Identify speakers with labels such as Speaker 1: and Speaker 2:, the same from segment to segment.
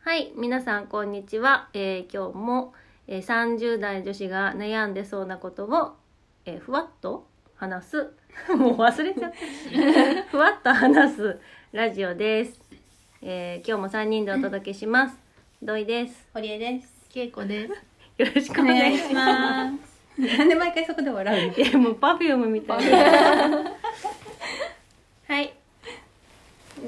Speaker 1: はい、皆さんこんにちは。えー今日も、えー30代女子が悩んでそうなことを、えーふわっと話す。 もう忘れちゃ った。ふわっと話すラジオです。えー今日も3人でお届けします。土井です。
Speaker 2: 堀江です。
Speaker 3: けいこです。
Speaker 1: よろしく
Speaker 2: お
Speaker 1: お
Speaker 2: 願
Speaker 1: 願
Speaker 2: い
Speaker 1: い
Speaker 2: し
Speaker 1: し
Speaker 2: ま。
Speaker 1: ます
Speaker 2: なんで毎回そこで笑うの
Speaker 1: す。いや、もうパフュームみたい な。はい。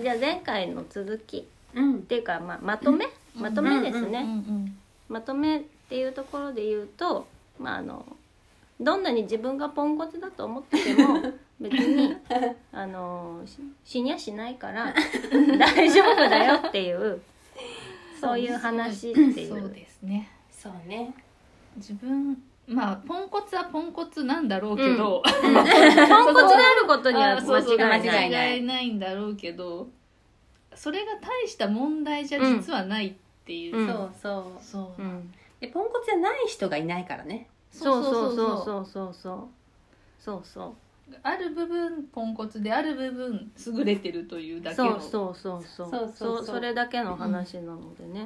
Speaker 1: じゃあ前回の続き。
Speaker 2: うん
Speaker 1: っ。ていうか、まあ、まとめ、まとめですね、
Speaker 3: うんうん。
Speaker 1: まとめっていうところで言うと、まあ、あのどんなに自分がポンコツだと思ってて も別にあのし死にゃしないから大丈夫だよっていうそういう話ってい
Speaker 3: そう
Speaker 1: う
Speaker 3: ですね。
Speaker 2: そうね。
Speaker 3: 自分まあポンコツはポンコツなんだろうけど、
Speaker 1: ポンコツであることには
Speaker 3: あそうそう
Speaker 1: 間違い
Speaker 2: 間
Speaker 1: ない
Speaker 2: 違いない
Speaker 3: 間違ないんだろうけど、それが大した問題じゃ実はないっていう。
Speaker 1: うん
Speaker 2: そうそう。
Speaker 3: そうう、
Speaker 1: ん
Speaker 2: でポンコツじゃない人がいないからね。
Speaker 1: そうそうそう
Speaker 3: う。
Speaker 1: そうそうそうそうそう
Speaker 3: ある部分ポンコツである部分優れてるというだけ
Speaker 1: そ
Speaker 3: の。
Speaker 1: うそうそうそう
Speaker 2: そうそうそう
Speaker 1: そそれだけの話なのでね、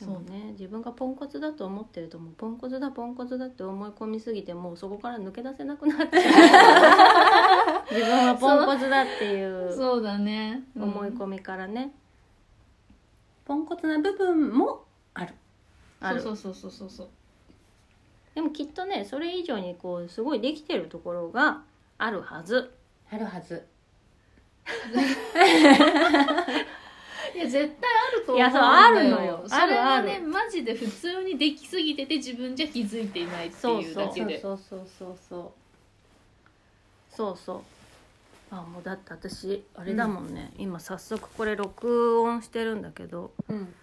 Speaker 3: うん
Speaker 1: そうね自分がポンコツだと思ってるともうポンコツだポンコツだって思い込みすぎてもうそこから抜け出せなくなっち ゃう自分はポンコツだっていう
Speaker 3: そうだね。うん
Speaker 1: 思い込みからね、
Speaker 2: ポンコツな部分もある。
Speaker 1: ある
Speaker 3: そうそうそうそうそう。
Speaker 1: でもきっとねそれ以上にこうすごいできてるところがあるはず
Speaker 2: あるはず。
Speaker 3: いや絶対あると思うん
Speaker 1: いや
Speaker 3: だよ
Speaker 1: そうあるのよ
Speaker 3: それ
Speaker 1: あ
Speaker 3: が
Speaker 1: る
Speaker 3: ね
Speaker 1: ある
Speaker 3: マジで普通にできすぎてて自分じゃ気づいていないっていうだけで
Speaker 2: そうそうそうそ
Speaker 1: そうそうあもうだって私あれだもんね、今早速これ録音してるんだけど
Speaker 2: う。うん。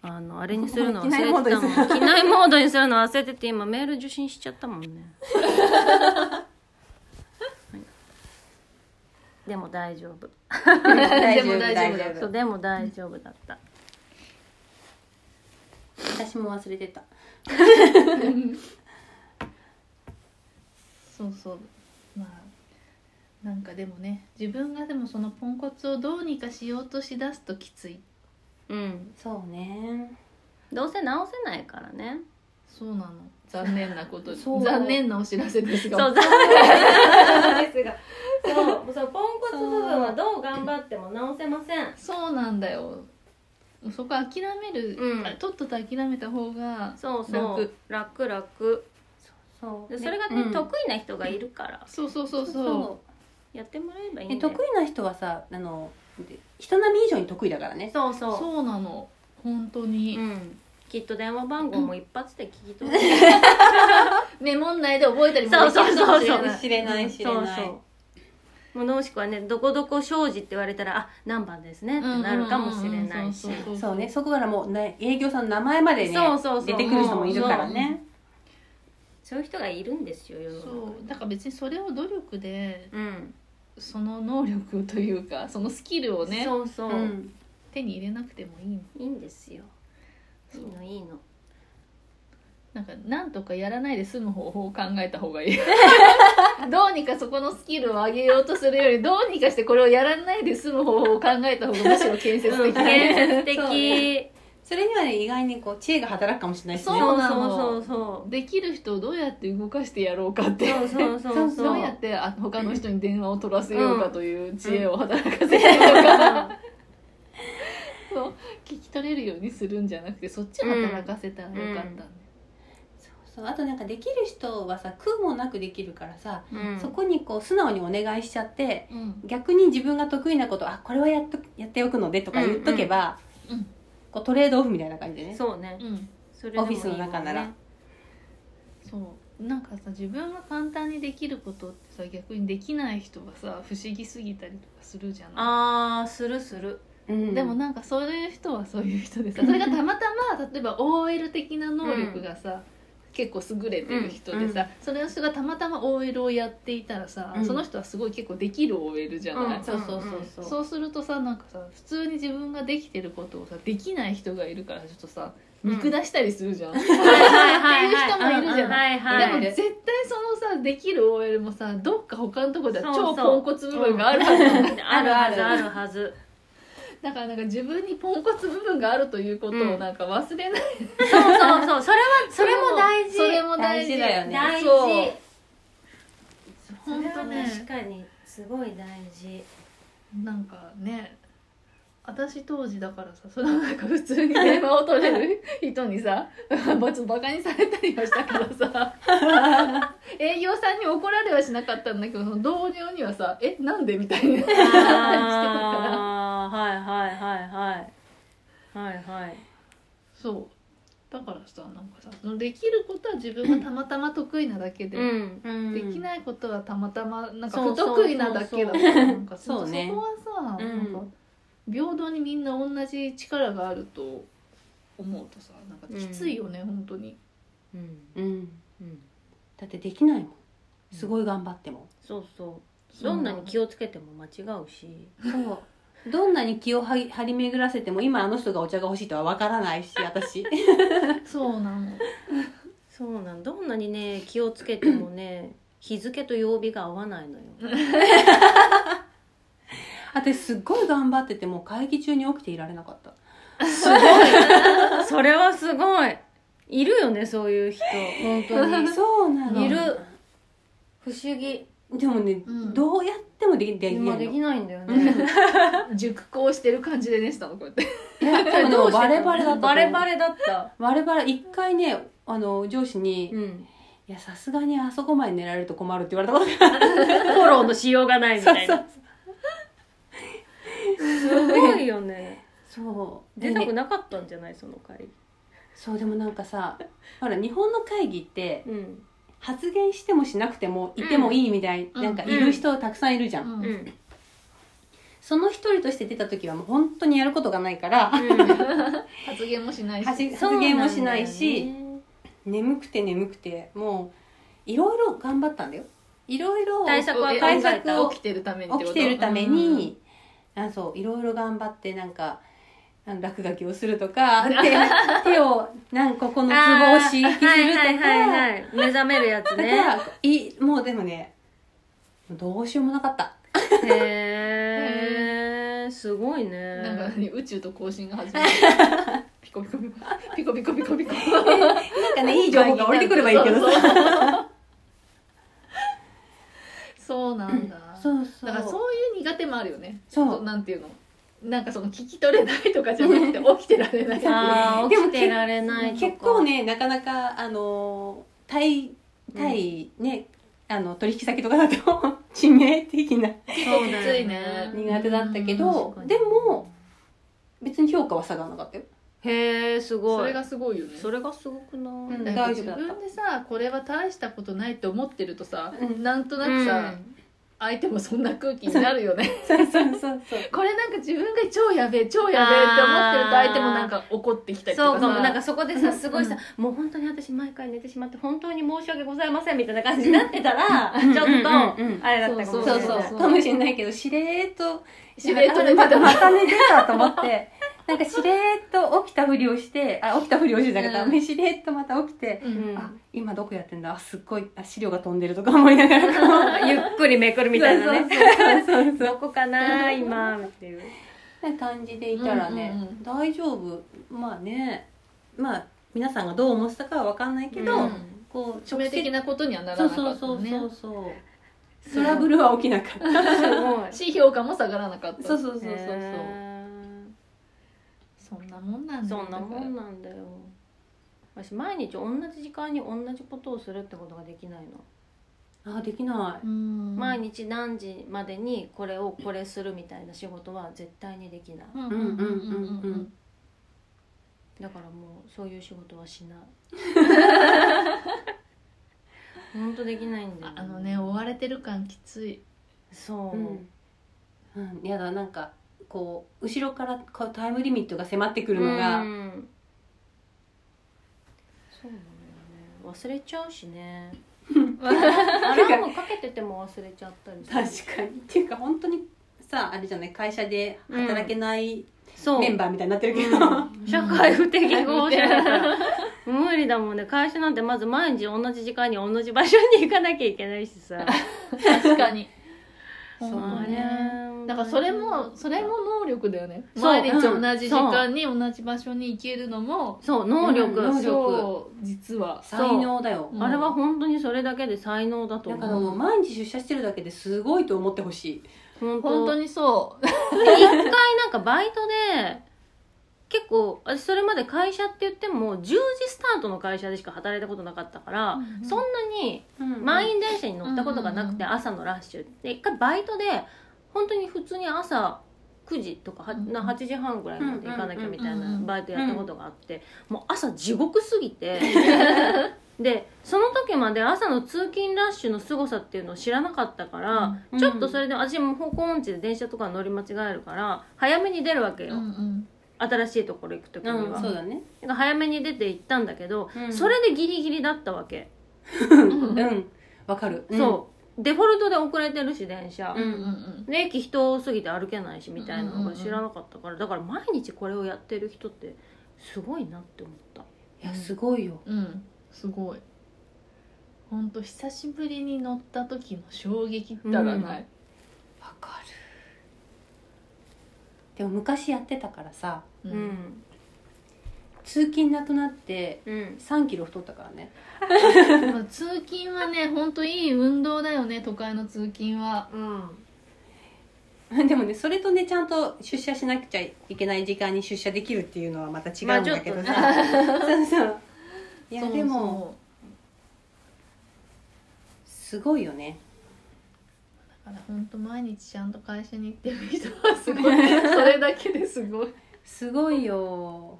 Speaker 1: あのあれにするの忘れ
Speaker 2: もう
Speaker 1: てたもん機内モードにするの忘れてて今メール受信しちゃったもん ね、はいでも大丈夫
Speaker 2: 大丈
Speaker 3: で
Speaker 2: 夫
Speaker 3: も大丈夫だ
Speaker 2: 大丈
Speaker 1: そうでも大丈夫だった
Speaker 2: 私も忘れてた。
Speaker 3: そうそうまあなんかでもね自分がでもそのポンコツをどうにかしようとしだすときつい
Speaker 1: うん
Speaker 2: そうね。
Speaker 1: どうせ直せないからね
Speaker 3: そうなの残念なこと
Speaker 2: そう
Speaker 3: 残念なお知らせです
Speaker 1: そ
Speaker 3: が
Speaker 1: う残念ですがそうそうポンコツ部分はどう頑張っても直せません
Speaker 3: そうなんだよそこ諦める、
Speaker 1: うん
Speaker 3: あとっとと諦めた方が
Speaker 1: そうそう楽楽
Speaker 2: そう。
Speaker 1: で
Speaker 2: ね
Speaker 1: それがね、
Speaker 2: うん
Speaker 1: 得意な人がいるから
Speaker 3: そうそうそうそう
Speaker 1: やってもらえばいい
Speaker 2: え
Speaker 1: んだ
Speaker 2: 得
Speaker 1: よ
Speaker 2: 意な人はさ、あの人並み以上に得意だからね。
Speaker 1: そうそう
Speaker 3: そうなの本当に、
Speaker 1: うん、きっと電話番号も一発で聞き取る、
Speaker 3: メモんないで覚えたりも
Speaker 1: そうそうそうそう
Speaker 3: できるかもしれな
Speaker 2: 知れな
Speaker 3: い
Speaker 2: い知れない。
Speaker 1: そうもう脳しくはねどこどこ庄司って言われたらあ何番ですねってなるかもしれないし、
Speaker 3: うんうんうんうん
Speaker 2: そうね、そこからもうね営業さんの名前までね
Speaker 1: そうそうそう
Speaker 2: 出てくる人もいるからね。
Speaker 1: そういう人がいるんですよ世の中
Speaker 3: そうだから別にそれを努力で
Speaker 1: うん
Speaker 3: その能力というかそのスキルをね
Speaker 1: そうそう、
Speaker 2: うん
Speaker 3: 手に入れなくてもいい
Speaker 1: いいんですよい
Speaker 3: そ
Speaker 1: いうのいいの
Speaker 3: なんかなんとかやらないで済む方法を考えた方がいいどうにかそこのスキルを上げようとするよりどうにかしてこれをやらないで済む方法を考えた方がむしろ建設
Speaker 1: うん
Speaker 3: 的
Speaker 1: 建
Speaker 3: だね
Speaker 1: 設
Speaker 2: そう
Speaker 1: 的
Speaker 2: それにはね意外にこう知恵が働くかもしれないし
Speaker 1: そう
Speaker 2: ね
Speaker 3: そうな
Speaker 1: そう
Speaker 3: の
Speaker 1: そうそう
Speaker 3: できる人をどうやって動かしてやろうかって
Speaker 1: そうそうそうそう
Speaker 3: どうやってあ他の人に電話を取らせようかという知恵を働かせてそう聞き取れるようにするんじゃなくてそっちを働かせたらよかったんだよ、
Speaker 2: そうあとなんかできる人はさ苦もなくできるからさ、
Speaker 1: うん
Speaker 2: そこにこう素直にお願いしちゃって
Speaker 3: うん
Speaker 2: 逆に自分が得意なことあこれはやっとやっておくのでとか言っとけば、
Speaker 3: うん
Speaker 2: こうトレードオフみたいな感じでね
Speaker 1: そうね
Speaker 3: うん
Speaker 1: それでもいいもんね
Speaker 2: オフィスの中なら
Speaker 3: そうなんかさ自分が簡単にできることってさ逆にできない人がさ不思議すぎたりとかするじゃな
Speaker 1: ああするする
Speaker 2: うん
Speaker 3: いでもなんかそういう人はそういう人でさそれがたまたま 例えば OL 的な能力がさ、結構優れてる人でさ、それの人がたまたま OL をやっていたらさ、
Speaker 2: うん
Speaker 3: その人はすごい結構できる OL じゃない、
Speaker 1: うん
Speaker 2: そうそうそうそう
Speaker 3: そうするとさなんかさ普通に自分ができてることをさできない人がいるからちょっとさ
Speaker 1: うん
Speaker 3: 見下したりするじゃん、
Speaker 1: はい
Speaker 3: っていう人もいるじゃ
Speaker 1: ない
Speaker 2: はい
Speaker 3: でも絶対そのさできる OL もさどっか他のところでは
Speaker 1: そうそ
Speaker 3: 超
Speaker 1: う
Speaker 3: ポンコツ部分があるはずなんだ
Speaker 1: あるはずあるはず
Speaker 3: だからなんか自分にポンコツ部分があるということ
Speaker 1: う
Speaker 3: を
Speaker 1: ん
Speaker 3: なんか忘れない、
Speaker 1: そうそうそうそれはそれも大事
Speaker 3: それも大
Speaker 2: 大事
Speaker 3: 事
Speaker 2: だよね
Speaker 1: 大事
Speaker 3: 本当ね
Speaker 1: それは確かにすごい大事
Speaker 3: なんかね私当時だからさそのなんか普通に電話を取れ る人にさバツバカにされたりはしたけ どさ営業さんに怒られはしなかったんだけどその同僚にはさ「えなんで?」みたいなしてたから
Speaker 1: あーはいはいはいはいはいはい
Speaker 3: そうだからさなんかさそのできることは自分がたまたま得意なだけで、
Speaker 1: うん
Speaker 2: うん
Speaker 3: できないことはたまたまなんか
Speaker 1: そ
Speaker 3: 不
Speaker 1: うそう
Speaker 3: 得意なだけだからなんか
Speaker 2: そうね
Speaker 3: そこはさ、
Speaker 1: うん
Speaker 3: なんか平等にみんな同じ力があると思うとさなんかきついよね、本当に
Speaker 1: うん
Speaker 2: うん
Speaker 1: うん
Speaker 2: だってできないもんすごい頑張っても、
Speaker 1: そうそうどんなに気
Speaker 3: を
Speaker 1: をつけても間違うし
Speaker 2: そう どんなに気をはり張り巡らせても今あの人がお茶が欲しいとは分からないし私
Speaker 3: そうなの
Speaker 1: そうなんどんなにね気をつけてもね 日付と曜日が合わないのよ
Speaker 2: 私すっごい頑張っててもう会議中に起きていられなかった
Speaker 1: すご いそれはすごいいるよねそういう人本当に
Speaker 2: そうなの
Speaker 1: いる不思議
Speaker 2: でもね、
Speaker 3: うん
Speaker 2: どうやってもできでき
Speaker 1: 今
Speaker 2: ない
Speaker 1: で
Speaker 2: の
Speaker 1: きないんだよね
Speaker 3: 熟考してる感じでねしたのこうやって
Speaker 2: いや でもねバレバレだったと思う
Speaker 1: バレバレだった
Speaker 2: バレバレ一回ねあの上司に、
Speaker 1: う
Speaker 2: い
Speaker 1: ん
Speaker 2: やさすがにあそこまで寝られると困るって言われたことが
Speaker 1: フォローのしようがないみたいなすごいよね
Speaker 2: そう
Speaker 1: 出
Speaker 2: で
Speaker 1: たく
Speaker 2: ね
Speaker 1: なかったんじゃないその回
Speaker 2: そうでもなんかさほら日本の会議って
Speaker 1: うん
Speaker 2: 発言してもしなくてもいてもいいみたい、
Speaker 3: うん
Speaker 2: なんかいる人たくさんいるじゃん、
Speaker 1: うんん
Speaker 2: その一人として出た時はもう本当にやることがないから、
Speaker 3: 発言もしない
Speaker 2: 発
Speaker 3: し
Speaker 2: 発言もしない
Speaker 1: そ
Speaker 2: し、
Speaker 1: うなんだよね
Speaker 2: 眠くて眠くてもういろいろ頑張ったんだよいろいろ
Speaker 1: 対策は考え
Speaker 2: 対
Speaker 1: た
Speaker 2: 策を
Speaker 3: 起きてるために
Speaker 2: 起きてるために、あそういろいろ頑張ってなんかあの落書きをするとか手手をなんかここのツボを刺激するとか、
Speaker 1: はいはいはいはい目覚めるやつ
Speaker 2: だか
Speaker 1: ね
Speaker 2: らいもうでもねどうしようもなかった
Speaker 1: へえすごい
Speaker 3: うん
Speaker 1: ね
Speaker 3: なんか宇宙と交信が 始まるピコピコピコピコピコピコピコ
Speaker 2: なんかねいい情報が降りてくればいいけど
Speaker 3: そう
Speaker 2: さ
Speaker 3: そうなんだ
Speaker 2: そうそう
Speaker 3: だからそういう苦手もあるよね
Speaker 2: そう
Speaker 3: なんていうのなんかその聞き取れないとかじゃなく て起きてられない
Speaker 1: あー
Speaker 2: でも
Speaker 1: 起きてられないとか
Speaker 2: 結構ねなかなかあのー対対ね、あの取引先とかだと致命的な
Speaker 3: 結
Speaker 1: 構きついね
Speaker 2: 苦手だったけ
Speaker 1: うん
Speaker 2: ど
Speaker 1: 確かに
Speaker 2: でも別に評価は下がらなかったよ
Speaker 1: へえすごい
Speaker 3: それがすごいよね
Speaker 1: それがすごくない、
Speaker 2: ん
Speaker 3: なんか
Speaker 2: 大丈夫
Speaker 3: 自
Speaker 2: だった
Speaker 3: 分でさこれは大したことないって思ってるとさ、
Speaker 2: うん
Speaker 3: なんとな
Speaker 1: う
Speaker 3: く
Speaker 1: ん
Speaker 3: さ、相手もそんな空気になるよね
Speaker 2: そうそうそうそう
Speaker 3: これなんか自分が超やべえ超やべえって思ってると相手もなんか怒ってきたりとか
Speaker 1: そうかもなんかそこでさすごいさ、
Speaker 3: う
Speaker 1: もう本当に私毎回寝てしまって本当に申し訳ございませんみたいな感じになってたらちょっと
Speaker 2: うんうんうん
Speaker 1: あれだったか
Speaker 3: そ
Speaker 1: もし
Speaker 3: う
Speaker 1: れ
Speaker 2: そ
Speaker 1: な
Speaker 2: う
Speaker 1: い
Speaker 2: そう
Speaker 3: そう
Speaker 2: かもしれないけどしれーっと
Speaker 3: しれっと寝て
Speaker 2: また
Speaker 3: た
Speaker 2: また寝てたと思ってなんかしれーっと起きたふりをしてあ起きたふりをしてじゃなかった、
Speaker 3: うん
Speaker 2: しれーっとまた起きて、
Speaker 3: うん
Speaker 1: うん
Speaker 2: あ今どこやってんだあすっごいあ資料が飛んでるとか思いながらこう
Speaker 1: ゆっくりめくるみたいなね
Speaker 2: そうそう
Speaker 1: どこかな今っていう
Speaker 2: な感じでいたらね、
Speaker 3: うんうんうん
Speaker 2: 大丈夫まあねまあ皆さんがどう思ってたかは分かんないけど、
Speaker 1: うん
Speaker 2: こう
Speaker 3: 致命的なことにはなら
Speaker 2: そう
Speaker 3: なか
Speaker 2: そ
Speaker 3: っ
Speaker 2: うそ
Speaker 3: たの
Speaker 2: う
Speaker 3: ね
Speaker 2: そうそうトラブルは起きなかった
Speaker 1: すごい
Speaker 3: し評価も下がらなかった
Speaker 2: そうそうそうそうそう、
Speaker 1: へー
Speaker 3: そんなもんなんだ
Speaker 1: そ
Speaker 3: よ
Speaker 1: んなもんなんだよ私毎日同じ時間に同じことをするってことができないの、
Speaker 2: あできな
Speaker 3: うん
Speaker 1: 毎日何時までにこれをこれするみたいな仕事は絶対にできない
Speaker 3: うん
Speaker 2: うんうんうんうん
Speaker 1: だからもうそういう仕事は しない本当できないんだよ
Speaker 3: ああのね追われてる感きつい
Speaker 1: そ、
Speaker 2: いううん、うん、やだなんかこう後ろからこうタイムリミットが迫ってくるのが、
Speaker 1: うんそうなのよね忘れちゃうし ねアラームかけてても忘れちゃったり
Speaker 2: 確かにっていうか本当にさあれじゃない会社で働けない
Speaker 1: そう
Speaker 2: メンバーみたいになってるけど、
Speaker 1: うん社会不適合者だから無理だもんね会社なんてまず毎日同じ時間に同 じ場所に行かなきゃいけないしさ
Speaker 3: 確かに
Speaker 1: そ
Speaker 3: ほ
Speaker 1: うん
Speaker 3: ま
Speaker 1: ね
Speaker 3: だからそれもそれも能力だよね
Speaker 1: そう
Speaker 3: 毎日
Speaker 1: うん
Speaker 3: 同じ時間に同じ場所に行けるのも
Speaker 1: そう能力、
Speaker 2: うん能力
Speaker 3: そう実は
Speaker 2: 才能だよ
Speaker 3: そう
Speaker 1: あれは本当にそれだけで才能だと
Speaker 2: だ
Speaker 1: 思う
Speaker 2: からもう毎日出社してるだけですごいと思ってほしい
Speaker 1: 本当
Speaker 3: 本当にそう
Speaker 1: で一回なんかバイトで結構私それまで会社って言っても10時スタートの会社でしか働いたことなかったから、
Speaker 3: うんうん
Speaker 1: そんなに満
Speaker 2: 毎
Speaker 1: 員電車に乗ったことがなくて、
Speaker 3: うん
Speaker 1: 朝のラッシュで一回バイトで本当に普通に朝9時とかは
Speaker 3: うんうん
Speaker 1: な8時半ぐらいまで行かなきゃみたい
Speaker 3: うんうんうん
Speaker 1: な
Speaker 3: うん
Speaker 1: バイトやったことがあってもう朝地獄すぎてでその時まで朝の通勤ラッシュの凄さっていうのを知らなかったから、
Speaker 2: うん
Speaker 1: ちょっとそれで私も方向音痴で電車とか乗り間違えるから早めに出るわけよ、
Speaker 3: うんうん
Speaker 1: 新しいところ行く時には、
Speaker 2: うんそうだね
Speaker 1: だから早めに出て行ったんだけど、
Speaker 2: うん
Speaker 1: それでギリギリだったわけ、
Speaker 2: うんわかる
Speaker 1: そうデフォルトで遅れてるし電車、
Speaker 2: うん
Speaker 3: うんうん
Speaker 1: で駅人多すぎて歩けないしみたいなのが知らなかったからだから毎日これをやってる人ってすごいなって思った
Speaker 2: いやすごいよ
Speaker 3: うんすごい本当久しぶりに乗った時の衝撃ったらない、
Speaker 2: わかるでも昔やってたからさ
Speaker 3: うん
Speaker 1: うん
Speaker 2: 通勤なくなって
Speaker 1: うん
Speaker 2: 3キロ太ったからね
Speaker 3: まあ通勤はね本当いい運動だよね都会の通勤は
Speaker 1: うん
Speaker 2: でもねそれとねちゃんと出社しなくちゃいけない時間に出社できるっていうのはまた違うんだけどさ、 そうそういや
Speaker 3: そうそう
Speaker 2: でもすごいよね
Speaker 3: だから本当毎日ちゃんと会社に行ってる人はすごいそれだけですごい
Speaker 2: すごいよ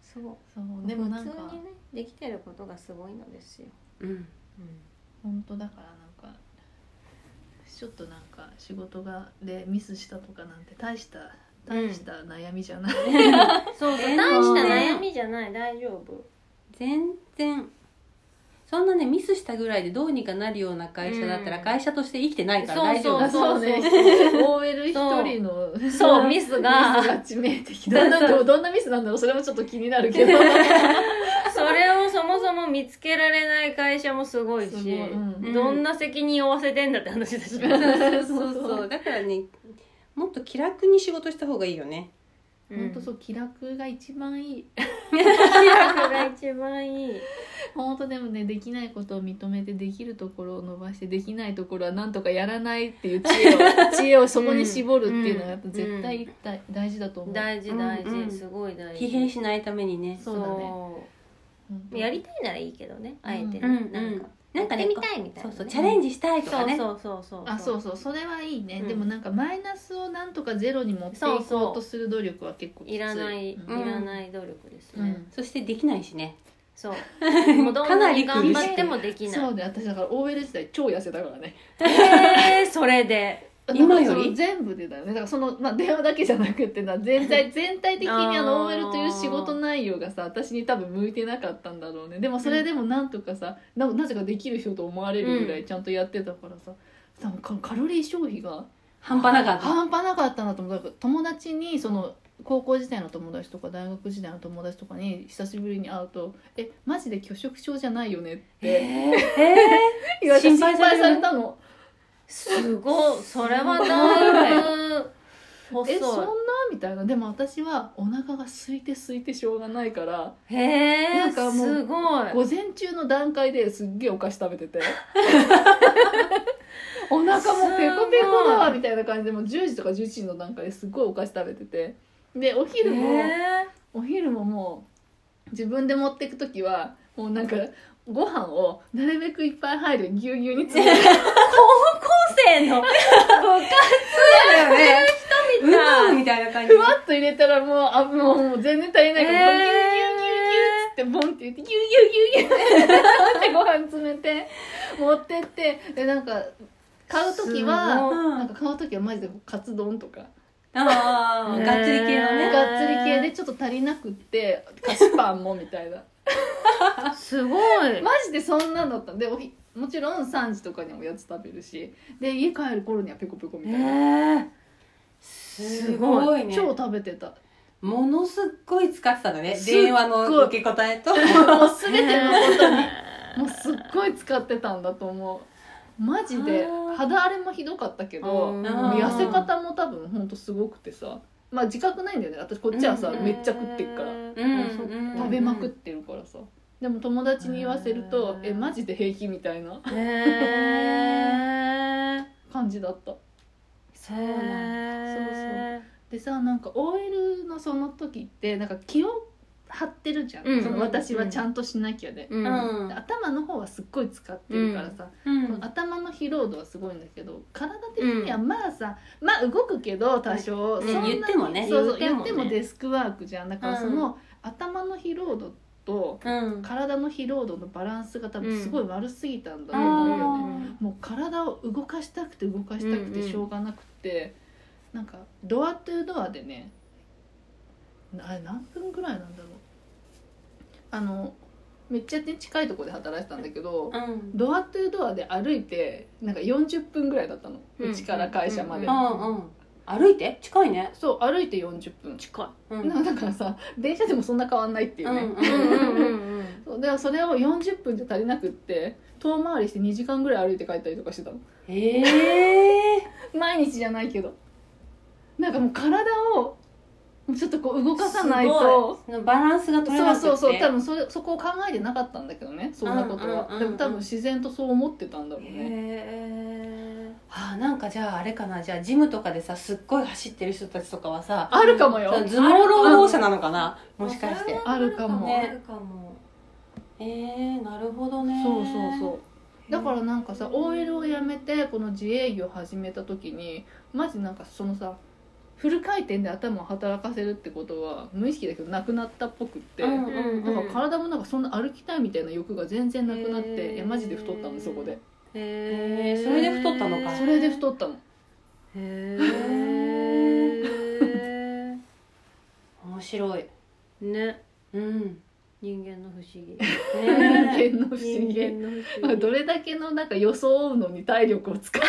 Speaker 1: そう
Speaker 3: そうでもなんか
Speaker 1: ねできてることがすごいのですよ、
Speaker 2: うん
Speaker 3: 本当だからなんかちょっとなんか仕事がでミスしたとかなんて大した大した悩みじゃない、
Speaker 1: そうそう
Speaker 2: え
Speaker 1: 大し
Speaker 2: ー
Speaker 1: た悩みじゃない大丈夫
Speaker 2: 全然そんなねミスしたぐらいでどうにかなるような会社だったら
Speaker 1: うん
Speaker 2: 会社として生きてないから
Speaker 1: そう
Speaker 2: 大丈夫
Speaker 1: そう
Speaker 3: そうね OL 一人の
Speaker 1: そう ミス
Speaker 3: ミス
Speaker 1: が
Speaker 3: が致命的だなんかどんなミスなんだろうそれもちょっと気になるけど
Speaker 1: それをそもそも見つけられない会社もすごいし
Speaker 3: すごいうん
Speaker 1: どんな責任負わせてんだって話だし、
Speaker 2: そうそうそうだからねもっと気楽に仕事した方がいいよね
Speaker 3: 本当
Speaker 1: そ
Speaker 3: そう気楽が一番いい
Speaker 1: が一番いい
Speaker 3: 本当でもねできないことを認めてできるところを伸ばしてできないところはなんとかやらないっていう知恵を知恵をそこに絞るっていうのがやっぱ絶対大大事だと思う、
Speaker 1: 大事大事、
Speaker 2: うんうん
Speaker 1: すごい大事
Speaker 2: 疲弊しないためにね
Speaker 3: そうだね本当
Speaker 1: やりたいならいいけどねあえてね、
Speaker 2: うんうん
Speaker 1: なんか
Speaker 2: なんかね
Speaker 1: やってみたいみたい
Speaker 2: そ
Speaker 1: な、
Speaker 2: うそうチャレンジしたいと
Speaker 1: そ
Speaker 2: か
Speaker 1: う
Speaker 2: ね
Speaker 1: そうそうそう
Speaker 3: あそうそうそれはいいね、
Speaker 1: うん
Speaker 3: でもなんかマイナスをなんとかゼロに持っていこ
Speaker 1: そうそう
Speaker 3: うとする努力は結構きつい
Speaker 1: いらない、
Speaker 3: うん
Speaker 2: ん
Speaker 1: いらない努力です
Speaker 3: う
Speaker 1: ね、
Speaker 3: ん
Speaker 2: そしてできないしね
Speaker 1: そうもうどん
Speaker 2: か
Speaker 1: な
Speaker 2: な
Speaker 1: に
Speaker 2: り
Speaker 1: 頑張ってもできな
Speaker 3: そ
Speaker 1: いう
Speaker 3: で私だから OL 時代超痩せたからね
Speaker 1: えー、それで
Speaker 2: 今より
Speaker 3: だからその全部でだよねだからその、まあ、電話だけじゃなくてな全体全体的にあの
Speaker 1: あー
Speaker 3: OL という仕事内容がさ私に多分向いてなかったんだろうねでもそれでもなんとかさ、ななぜかできる人と思われるぐらいちゃんとやってたからさ、多分カカロリー消費が
Speaker 2: 半端なかった
Speaker 3: 半端なかったなと思った友達にその高校時代の友達とか大学時代の友達とかに久しぶりに会うと「えマジで拒食症じゃないよね」って
Speaker 2: えーえ
Speaker 3: 言われて
Speaker 2: 心
Speaker 3: 心
Speaker 2: 配
Speaker 3: 配
Speaker 2: される
Speaker 3: されたの
Speaker 1: すごいそれはだいぶ
Speaker 3: 「えそんな
Speaker 1: 細」
Speaker 3: みたいなでも私はお腹が空いて空いてしょうがないから
Speaker 1: いへえ
Speaker 3: なんかもう
Speaker 1: すごい
Speaker 3: 午前中の段階ですっげえお菓子食べ ててお腹もペコペコだわみたいな感じでもう10時とか11時の段階ですっごいお菓子食べててでお昼も。
Speaker 1: へ
Speaker 3: お昼ももう自分で持っていく時はもうなんかご飯をなるべくいっぱい入るぎゅうぎゅうに詰めて
Speaker 1: え の
Speaker 2: だよねうのみたいな感じ
Speaker 3: ふわっと入れたらもうあもうもう全然足りないから、
Speaker 1: えー
Speaker 3: ぎゅうぎゅうぎゅうぎゅうっつってボンって言ってぎゅうぎゅうぎゅうぎゅうってご飯詰めて持ってってでなんか買う時
Speaker 1: すご
Speaker 3: はいなんか買う時はマジでカツ丼とか
Speaker 2: ああ
Speaker 1: ね
Speaker 2: がっつり系
Speaker 1: へ
Speaker 2: の
Speaker 1: ー
Speaker 2: ね
Speaker 3: がっつり系でちょっと足りなくって菓子パンもみたいな。
Speaker 1: すごい
Speaker 3: マジでそんなんだったでおひもちろん3時とかにおやつ食べるしで家帰る頃にはペコペコみ
Speaker 1: へ
Speaker 3: たいな、
Speaker 1: え
Speaker 2: すごいね
Speaker 3: 超食べてた
Speaker 2: ものすっごい使ってたのね
Speaker 3: すっごい
Speaker 2: 電話の受け 答えと
Speaker 3: もう全てのことにもうすっごい使ってたんだと思マジで
Speaker 2: あー
Speaker 3: 肌荒れもひどかったけど
Speaker 1: うん
Speaker 2: あー
Speaker 3: 痩せ方も多分ほんとすごくてさまあ自覚ないんだよね私こっちはさ
Speaker 2: うん
Speaker 3: めっちゃ食ってるから
Speaker 2: うんうん
Speaker 3: 食べまくってるからさでも友達に言わせると
Speaker 1: うん
Speaker 3: えマジで平気みたいな
Speaker 1: へえ
Speaker 3: 感じだった
Speaker 1: そ
Speaker 2: そう
Speaker 1: う
Speaker 2: なんだ
Speaker 1: なん
Speaker 3: でさなんか OL のその時ってなんか気を張ってるじゃん、
Speaker 1: うん
Speaker 3: その私はちゃんとしなきゃで、
Speaker 1: そうそう
Speaker 2: うん
Speaker 3: で頭の方はすっごい使ってるからさ、
Speaker 2: うん
Speaker 3: この頭の疲労度はすごいんだけど体的にはまあさ、まあ動くけど多少、
Speaker 1: うん
Speaker 3: そんなに
Speaker 2: 言ってもね
Speaker 3: そうそう
Speaker 1: 言
Speaker 3: 言
Speaker 1: っ
Speaker 3: ってて
Speaker 1: もね
Speaker 3: もデスクワークじゃんだからその頭の疲労度と
Speaker 2: うん
Speaker 3: 体の疲労度のバランスが多分すごい悪すぎたんだと思うよね、
Speaker 2: あー
Speaker 3: もう体を動かしたくて動かしたく
Speaker 1: うんう
Speaker 3: て
Speaker 1: ん
Speaker 3: しょうがなくて、なんかドアトゥードアでねあれ何分ぐらいなんだろうあのめっちゃ、ね、近いところで働いてたんだけど、
Speaker 2: うん
Speaker 3: ドアトゥードアで歩いてなんか40分ぐらいだったの
Speaker 1: うん
Speaker 3: うち、から会社まで、
Speaker 1: うん
Speaker 2: うんうん歩いて近いね
Speaker 3: そう歩いて40分、
Speaker 1: 近い
Speaker 2: うん
Speaker 3: なんかだからさ電車でもそんな変わんないっていうね、
Speaker 1: うんうんうん
Speaker 3: そうでもそれを40分じゃ足りなくって遠回りして2時間ぐらい歩いて帰ったりとかしてたの
Speaker 2: ええ
Speaker 3: 毎日じゃないけどなんかもう体をちょっとこう動かさないと
Speaker 2: そのバランスが取れ
Speaker 3: そ
Speaker 2: な
Speaker 3: う
Speaker 2: くて
Speaker 3: そうそう多分それそこを考えてなかったんだけどねそんなことは、
Speaker 1: うんうんうんうん
Speaker 3: でも多分自然とそう思ってたんだろうね
Speaker 2: へあーなんかじゃああれかなじゃあジムとかでさすっごい走ってる人たちとかはさ
Speaker 3: あるかもよ
Speaker 2: 頭脳労働者なのかなもしかして
Speaker 3: あるかも
Speaker 2: ね
Speaker 4: あるかも
Speaker 2: えー、なるほどね
Speaker 3: そうそうそうだからなんかさ
Speaker 4: へー
Speaker 3: OL を辞めてこの自営業始めた時にマジなんかそのさフル回転で頭を働かせるってことは無意識だけどなくなったっぽくって、
Speaker 2: うん
Speaker 1: うん
Speaker 3: だから体もなんかそんな歩きたいみたいな欲が全然なくなっ
Speaker 1: へー
Speaker 3: ていやマジで太ったのそこで
Speaker 1: へー
Speaker 2: それで太ったのか
Speaker 3: それで太ったの
Speaker 1: へえ
Speaker 2: 面白い
Speaker 1: ね
Speaker 2: うん
Speaker 1: 人間の不思議
Speaker 2: ね
Speaker 3: 人間の不思議
Speaker 1: 人間の不
Speaker 3: まあ
Speaker 1: 思議
Speaker 3: どれだけのなんか装うのに体力を使う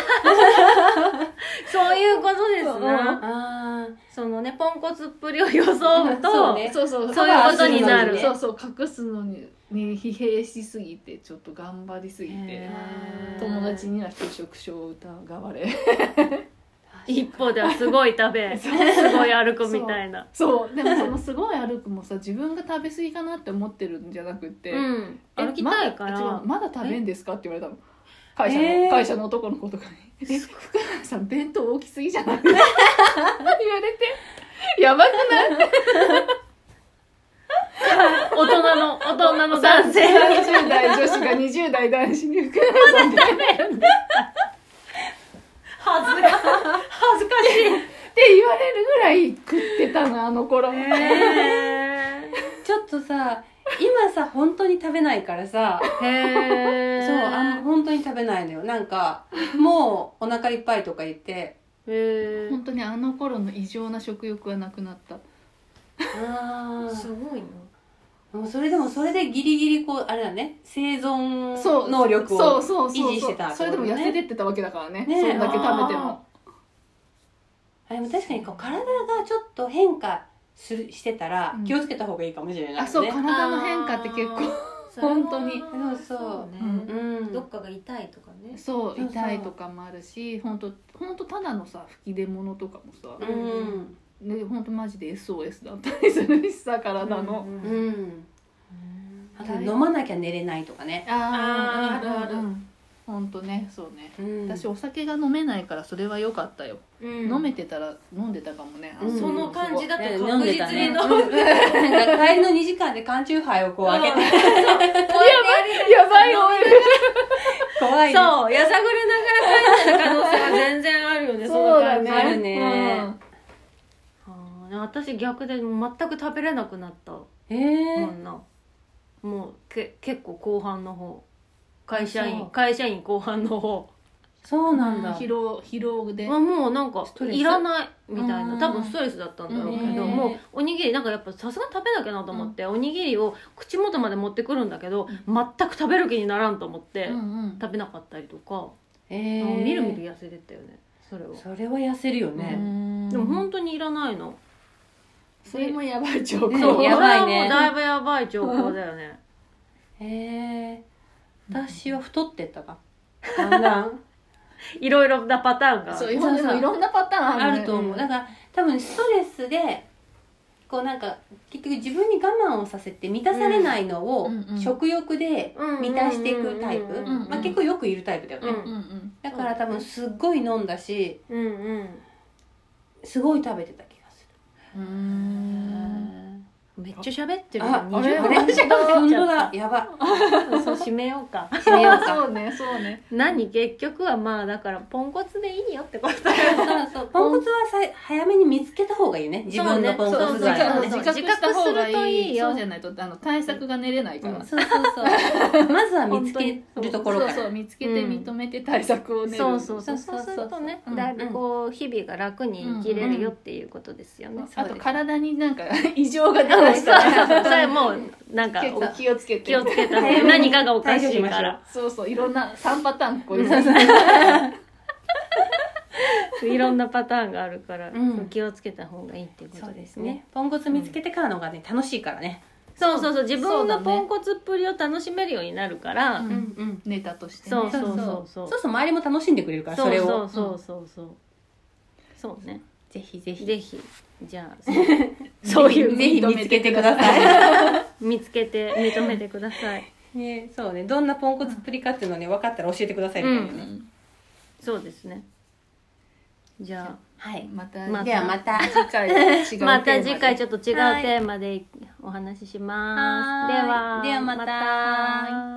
Speaker 1: そういうことです
Speaker 3: う
Speaker 1: な
Speaker 2: あ
Speaker 1: そのねポンコツっぷりを装う
Speaker 2: そう
Speaker 1: と
Speaker 2: ね
Speaker 3: そうそう
Speaker 1: そういうことになる
Speaker 3: そうそう隠すのにに疲弊しすぎてちょっと頑張りすぎ
Speaker 2: へ
Speaker 3: て
Speaker 2: ー
Speaker 3: 友達には拒食症を疑われ
Speaker 1: 一方ではすごい 食べすごい歩くみたいな
Speaker 3: そうでもそのすごい歩くもさ自分が食べ過ぎかなって思ってるんじゃなくて、
Speaker 1: うん
Speaker 3: え
Speaker 1: 歩きたいから、
Speaker 3: まだ違うまだ食べんですかって言われたの会社の、
Speaker 2: えー
Speaker 3: 会社の男の子とかに「え福原さん弁当大きすぎじゃない?」って 言われてやばくない
Speaker 1: 大人 の大人の男性
Speaker 3: ?30 代女子が20代男子に福原さんって
Speaker 1: 恥ずか恥ずかし
Speaker 3: 言われるぐらい食ってたのあの頃、
Speaker 1: いへ
Speaker 2: ーちょっとさ今さ本当に食べないからさ
Speaker 1: えへえ
Speaker 2: そうあん本当に食べないのよなんかもうお腹いっぱいとか言って
Speaker 1: へ
Speaker 3: 本当にあの頃の異常な食欲はなくなった
Speaker 2: あ
Speaker 4: すごいな
Speaker 2: もうそれでもそれでギリギリこうあれだね生存
Speaker 3: そう
Speaker 2: 能力
Speaker 3: そ
Speaker 2: を
Speaker 3: うそうそうそう
Speaker 2: 維持してた
Speaker 3: それでも痩せてってたわけだからね
Speaker 2: ねえ
Speaker 3: そんだけ食べても
Speaker 2: あでも確かにこう体がちょっと変化するしてたら
Speaker 3: うん
Speaker 2: 気をつけた方がいいかもしれないね、
Speaker 3: あそう
Speaker 2: う
Speaker 3: 体の変化って結構本当に
Speaker 2: そうそう
Speaker 4: ね、
Speaker 3: うん
Speaker 2: ん
Speaker 4: どっかが痛いとかね
Speaker 3: そう
Speaker 2: そう
Speaker 3: 痛いとかもあるし本当本当ただのさ吹き出物とかもさ
Speaker 2: う、ん
Speaker 4: ん
Speaker 3: ね本当マジで SOS だったりするしさ体の、
Speaker 2: うん、
Speaker 4: うん
Speaker 2: あと飲まなきゃ寝れないとかね、
Speaker 3: あ
Speaker 4: あーあるある
Speaker 3: 本当ねそうね、
Speaker 2: うん、
Speaker 3: 私お酒が飲めないからそれは良かったよ、
Speaker 1: うん
Speaker 3: 飲めてたら飲んでたかもね、あ
Speaker 2: うん
Speaker 4: その感じだと
Speaker 2: ね
Speaker 4: 確実に飲む、
Speaker 2: 飲んでたねなんか帰りの2時間で缶チューハイをこう開 けて
Speaker 3: やばいおい
Speaker 2: 怖いね
Speaker 1: そうやさぐれながら帰ってた可能性は全然あるよねその感じ
Speaker 2: そうだねあるね
Speaker 1: あー私逆で全く食べれなくなった
Speaker 2: え
Speaker 1: も
Speaker 2: ー
Speaker 1: んなもうけ結構後半の方会社
Speaker 2: あそ
Speaker 1: 員
Speaker 2: う
Speaker 1: 会社員後半の方
Speaker 2: そう
Speaker 3: う
Speaker 2: なんんだ
Speaker 3: 疲労疲労で
Speaker 1: はもうなんか
Speaker 2: ストレス
Speaker 1: いらないみたい
Speaker 2: あ
Speaker 1: な
Speaker 2: ー
Speaker 1: 多分ストレスだったんだろうけど
Speaker 2: うん
Speaker 1: もうおにぎりなんかやっぱさすがに食べなきゃなと思って、おにぎりを口元まで持ってくるんだけど全く食べる気にならんと思って、
Speaker 3: うんうん
Speaker 1: 食べなかったりとか、
Speaker 2: え
Speaker 1: あ
Speaker 2: ー
Speaker 1: みるみる痩せてったよねそれを
Speaker 2: それは痩せるよ
Speaker 3: う
Speaker 2: ね、
Speaker 3: ん
Speaker 1: でも本当にいらないの、
Speaker 3: それもやばい兆候、
Speaker 2: うん やばいね
Speaker 1: これはもうだいぶやばい兆候だよね
Speaker 2: えー、私は太ってったかだんだん
Speaker 1: いろいろなパターンが
Speaker 3: そういろんな
Speaker 2: そうそう
Speaker 3: いろんなパターンある,、
Speaker 2: あると思う、
Speaker 1: うん
Speaker 2: だから多分ストレスでこうなんか結局自分に我慢をさせて満たされないのを
Speaker 3: うんうん
Speaker 2: 食欲で満たしていくタイプ、
Speaker 1: うん
Speaker 3: うんうん
Speaker 2: まあ、結構よくいるタイプだよね、
Speaker 1: うん
Speaker 3: うんうん
Speaker 2: だから多分すっごい飲んだし
Speaker 1: うんうん
Speaker 2: すごい食べてた気がす
Speaker 3: うー
Speaker 2: る、
Speaker 3: ん
Speaker 1: めっちゃ喋って
Speaker 2: あ
Speaker 1: るよ
Speaker 2: あ
Speaker 1: 20
Speaker 2: れ
Speaker 3: 20
Speaker 2: あれ本当だやば
Speaker 1: そう締めようか
Speaker 2: 締めようか
Speaker 3: そうねそうね
Speaker 1: 何結局はまあだからポンコツでいいよってこと
Speaker 2: そうそうポンコツはさ早めに見つけた方がいいよね自分のポンコツ
Speaker 1: そう
Speaker 2: 具合をね
Speaker 1: そう
Speaker 3: 自覚した方が
Speaker 1: 自覚するとい
Speaker 3: い
Speaker 1: い
Speaker 3: い
Speaker 1: よ
Speaker 3: そうじゃないとあの対策が練れないから、
Speaker 2: そうそうそうまずは見つけるところか
Speaker 3: そうそ
Speaker 2: ら
Speaker 3: う見つけて認めて対策を練る、
Speaker 1: そうそうそう
Speaker 2: そ
Speaker 1: そう
Speaker 2: そ
Speaker 1: う
Speaker 2: うそう
Speaker 1: するとね
Speaker 3: うん
Speaker 1: だいぶこう日々が楽に生きれるよっていうことですよね
Speaker 3: あ
Speaker 2: そう
Speaker 3: と
Speaker 2: です
Speaker 3: 体になんか異常が出
Speaker 1: そう
Speaker 3: ま
Speaker 1: そう
Speaker 3: し
Speaker 1: そ
Speaker 3: たら
Speaker 1: れもうなんか
Speaker 3: 結構気をつけて
Speaker 1: 気をつけた方がいい何かがおかしいから
Speaker 3: そうそういろんな3パターンここに
Speaker 1: いろんなパターンがあるから
Speaker 2: うん
Speaker 1: 気をつけた方がいいっていうこ
Speaker 2: そ
Speaker 1: と
Speaker 2: う
Speaker 1: で
Speaker 2: ですす
Speaker 1: ね
Speaker 2: ねポンコツ見つけてからのがね楽しいからね
Speaker 1: そうそうそう自分の
Speaker 3: そうだね
Speaker 1: ポンコツっぷりを楽しめるようになるから
Speaker 3: うん
Speaker 2: うん
Speaker 3: ネタとしてね、
Speaker 1: そう
Speaker 2: そうそ
Speaker 1: そ
Speaker 2: うそううそう周りも楽しんでくれるから
Speaker 1: そ
Speaker 2: そうれ
Speaker 1: そ
Speaker 2: を
Speaker 1: うそうそうそうそうね
Speaker 2: ぜひぜ
Speaker 1: ぜひじゃあそうそういう
Speaker 2: ぜひ見つけてください
Speaker 1: 見つけて認めてください
Speaker 2: ねそうねどんなポンコツっぷりかっていうのね分かったら教えてくださいみたいな
Speaker 3: う
Speaker 2: ね
Speaker 3: ん
Speaker 1: そうですねじゃ
Speaker 2: はい
Speaker 3: また、
Speaker 1: ま
Speaker 2: ではまた
Speaker 3: 次回違うテーマ
Speaker 1: あ
Speaker 3: で
Speaker 1: また次回ちょっと違うテーマでお話しします、
Speaker 2: はい
Speaker 1: では
Speaker 2: ではまた
Speaker 1: また